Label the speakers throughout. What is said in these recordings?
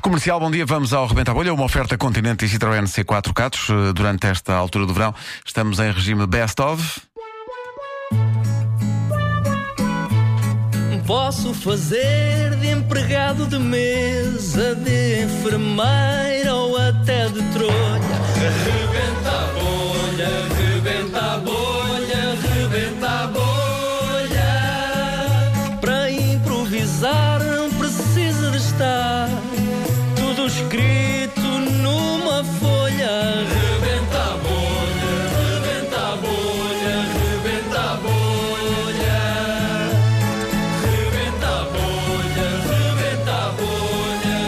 Speaker 1: Comercial, bom dia, vamos ao Rebenta a Bolha, uma oferta Continente e Citroën C4 Catos. Eh, Durante esta altura do verão, estamos em regime best of.
Speaker 2: Posso fazer de empregado de mesa, de enfermeira ou até de trolha. Rebenta a bolha, rebenta a bolha, rebenta a bolha. Para improvisar não precisa de estar tudo escrito numa folha. Rebenta a bolha, rebenta a bolha, rebenta a bolha. Rebenta a bolha, rebenta a bolha,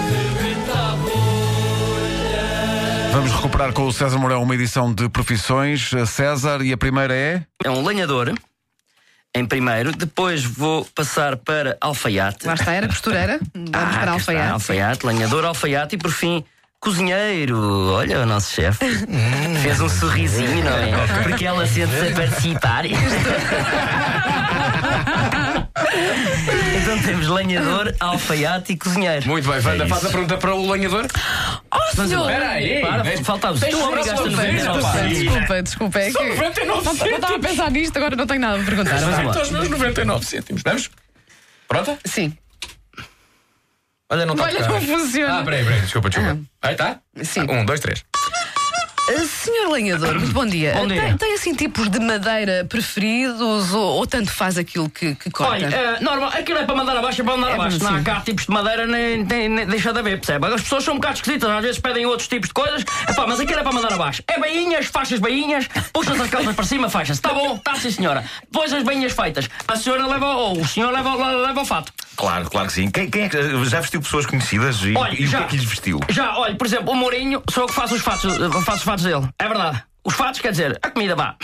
Speaker 2: rebenta a bolha.
Speaker 1: Vamos recuperar com o César Mourão uma edição de profissões. Eh, César, e a primeira é?
Speaker 2: É um lenhador, em primeiro, depois vou passar para alfaiate.
Speaker 3: Lá está, era costureira. Vamos
Speaker 2: Ah, cá
Speaker 3: para
Speaker 2: está,
Speaker 3: alfaiate.
Speaker 2: alfaiate, lenhador, alfaiate e por fim. Cozinheiro, olha o nosso chefe.
Speaker 4: Hum.
Speaker 2: Fez um sorrisinho, não é? Porque ela sente-se a participar. então temos lenhador, alfaiate e cozinheiro.
Speaker 4: Muito bem,
Speaker 1: É
Speaker 4: Wanda, faz a pergunta para o lenhador.
Speaker 3: Oh, senhor!
Speaker 4: aí,
Speaker 2: Para,
Speaker 4: deixa-
Speaker 2: falta os
Speaker 4: deixa
Speaker 2: tu
Speaker 4: eu
Speaker 2: obrigaste a
Speaker 4: fazer
Speaker 2: dizer,
Speaker 4: isso,
Speaker 2: rapaz.
Speaker 4: pá.
Speaker 3: Desculpa, desculpa. É que...
Speaker 2: um
Speaker 3: Não, eu
Speaker 4: Só 99
Speaker 3: estava a
Speaker 4: cêntimos.
Speaker 3: pensar nisto, agora não tenho nada a perguntar.
Speaker 2: Mas vamos lá.
Speaker 4: Então, os meus 99 cêntimos. Vamos? Pronta?
Speaker 3: Sim.
Speaker 4: Olha, não está a
Speaker 3: Olha,
Speaker 4: tocar.
Speaker 3: não funciona.
Speaker 4: Ah, peraí, peraí, desculpa, desculpa. Aí está?
Speaker 3: Sim.
Speaker 4: Um, dois, três.
Speaker 3: Ah, senhor Lenhador, muito bom dia.
Speaker 2: Bom dia.
Speaker 3: Tem, tem, assim tipos de madeira preferidos ou, ou tanto faz aquilo que, que corta?
Speaker 2: Olha, eh, normal, aquilo é para mandar abaixo, é para mandar
Speaker 3: É
Speaker 2: abaixo.
Speaker 3: para
Speaker 2: Não há
Speaker 3: sim.
Speaker 2: cá tipos de madeira, nem, nem, nem deixa de haver, percebe? As pessoas são um bocado esquisitas, às vezes pedem outros tipos de coisas, Epá, mas aquilo é para mandar abaixo. É bainhas, faixas bainhas, puxas as calças para cima, faixas. Está bom, está sim, senhora. Depois as bainhas feitas. A senhora leva, ou o senhor leva, leva o fato.
Speaker 5: Claro, claro que sim. Quem, quem é que já vestiu pessoas conhecidas e,
Speaker 2: Olha,
Speaker 5: e o que
Speaker 2: já.
Speaker 5: é que lhes vestiu?
Speaker 2: Já, olha, por exemplo, o Mourinho, sou eu que faço os fatos, eh, faço os fatos dele. É verdade. Os fatos, quer dizer, a comida vá.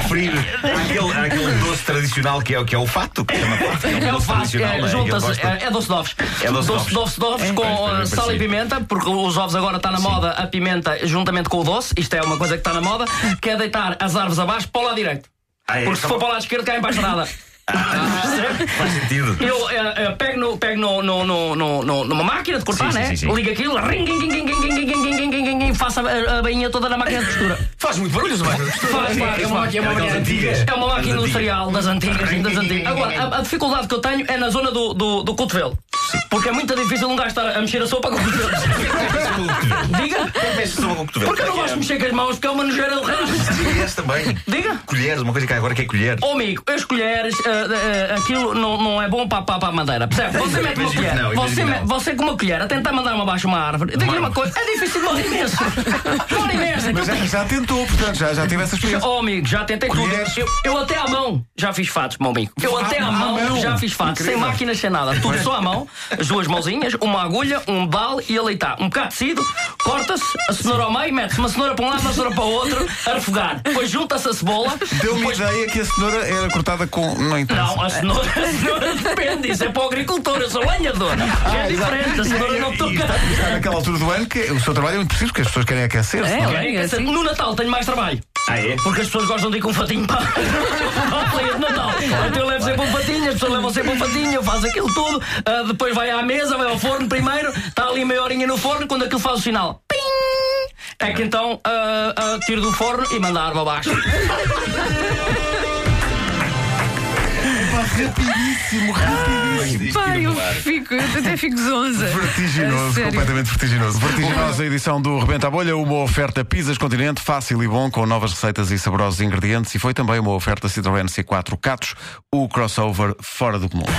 Speaker 5: Referir àquele, àquele doce tradicional que é, o- que é o fato, que se chama fato. que um
Speaker 2: É o
Speaker 5: doce
Speaker 2: Vasco,
Speaker 5: tradicional, não
Speaker 2: é,
Speaker 5: é? Que ele
Speaker 2: junta-se,
Speaker 5: gosta-
Speaker 2: é, é doce de ovos.
Speaker 5: É doce de ovos.
Speaker 2: Doce de ovos
Speaker 5: Pois,
Speaker 2: com
Speaker 5: pois,
Speaker 2: eh,
Speaker 5: bem
Speaker 2: sal e
Speaker 5: parecido.
Speaker 2: pimenta, porque os ovos agora está na moda, a pimenta juntamente com o doce, isto é uma coisa que está na moda, que é deitar as árvores abaixo para o lado direito.
Speaker 5: Ah, é,
Speaker 2: Porque se
Speaker 5: só-
Speaker 2: for para o lado esquerdo, cai embaixo de nada.
Speaker 5: Faz sentido.
Speaker 2: Eu eh, eh, pego, no, pego no, no, no, no, no- numa máquina de cortar,
Speaker 5: Sim, sim,
Speaker 2: né?
Speaker 5: sim, sim.
Speaker 2: Ligo aquilo, ring, ring, ring, ring, ring, ring, ring, ring, ring, ring, faço a, a bainha toda na máquina de costura.
Speaker 4: Faz muito barulho, Zé Wanda.
Speaker 2: Faz, faz, é uma máquina- é uma
Speaker 5: Aquelas
Speaker 2: máquina
Speaker 5: antigas.
Speaker 2: É uma máquina
Speaker 5: Aquelas
Speaker 2: industrial das antigas, sim, das antigas. Agora, a, a dificuldade que eu tenho é na zona do, do, do cotovelo. Porque é muito difícil um gajo estar a mexer a sopa com o cotovelo. Diga?
Speaker 5: Mexes sobre o cotovelo.
Speaker 2: Porque eu não gosto de mexer com as mãos, porque é uma nojeira de raios.
Speaker 5: Colheres também.
Speaker 2: Diga?
Speaker 5: Colheres, uma coisa que há agora que é colheres.
Speaker 2: Ó amigo, as colheres, ah, ah, ah, aquilo não, não é bom para, para, para a madeira. Percebe? Você mete uma
Speaker 5: Imagino que
Speaker 2: colher,
Speaker 5: não, imagino
Speaker 2: você,
Speaker 5: que
Speaker 2: me-
Speaker 5: não.
Speaker 2: você com uma colher a tentar mandar uma abaixo uma árvore. Diga-lhe uma coisa, é difícil, morre imenso. Morre imenso.
Speaker 1: Mas já, já tentou, portanto, já, já teve essa experiência.
Speaker 2: Oh, amigo, já tentei
Speaker 1: Colheres.
Speaker 2: tudo. Eu, eu até à mão já fiz fatos, meu amigo. Eu até à
Speaker 1: à
Speaker 2: mão,
Speaker 1: mão.
Speaker 2: já fiz fatos, sem máquinas, sem nada. Tudo só à mão, as duas mãozinhas, uma agulha, um bal e a leitar. Um bocado de tecido, corta-se, a cenoura ao meio, mete-se uma cenoura para um lado, uma cenoura para o outro, a refogar. Depois junta-se a cebola.
Speaker 1: Deu-me a ideia que a cenoura era cortada com. Não interessa.
Speaker 2: Não,
Speaker 5: É.
Speaker 2: a cenoura, a cenoura depende, isso é para o agricultor, eu sou lenhador.
Speaker 5: Ah,
Speaker 2: Já é diferente, a cenoura não
Speaker 5: E
Speaker 2: toca.
Speaker 5: está-
Speaker 1: Está naquela altura do ano que o seu trabalho é muito preciso, porque as pessoas querem aquecer-se.
Speaker 3: É,
Speaker 1: não
Speaker 3: olha,
Speaker 2: Quer dizer,
Speaker 3: assim.
Speaker 2: No Natal tenho mais trabalho.
Speaker 5: Ah, é?
Speaker 2: Porque as pessoas gostam de ir com um fatinho para para a ceia de Natal. Então eu levo sempre um fatinho, as pessoas levam sempre um fatinho, eu faço aquilo tudo, ah, depois vai à mesa, vai ao forno primeiro, está ali meia horinha no forno, quando aquilo faz o sinal. Pim! É que então ah, ah, tiro do forno e mando a arma abaixo.
Speaker 1: Pá, Rapidíssimo, rapidíssimo.
Speaker 2: é
Speaker 3: Pai, eu fico, eu até fico zonza. A
Speaker 1: Vertiginoso,
Speaker 3: sério.
Speaker 1: completamente vertiginoso. Vertiginosa edição do Rebenta a Bolha, uma oferta Pizzas Continente, fácil e bom, com novas receitas e saborosos ingredientes, e foi também uma oferta Citroën C4 Catos, o crossover fora do comum.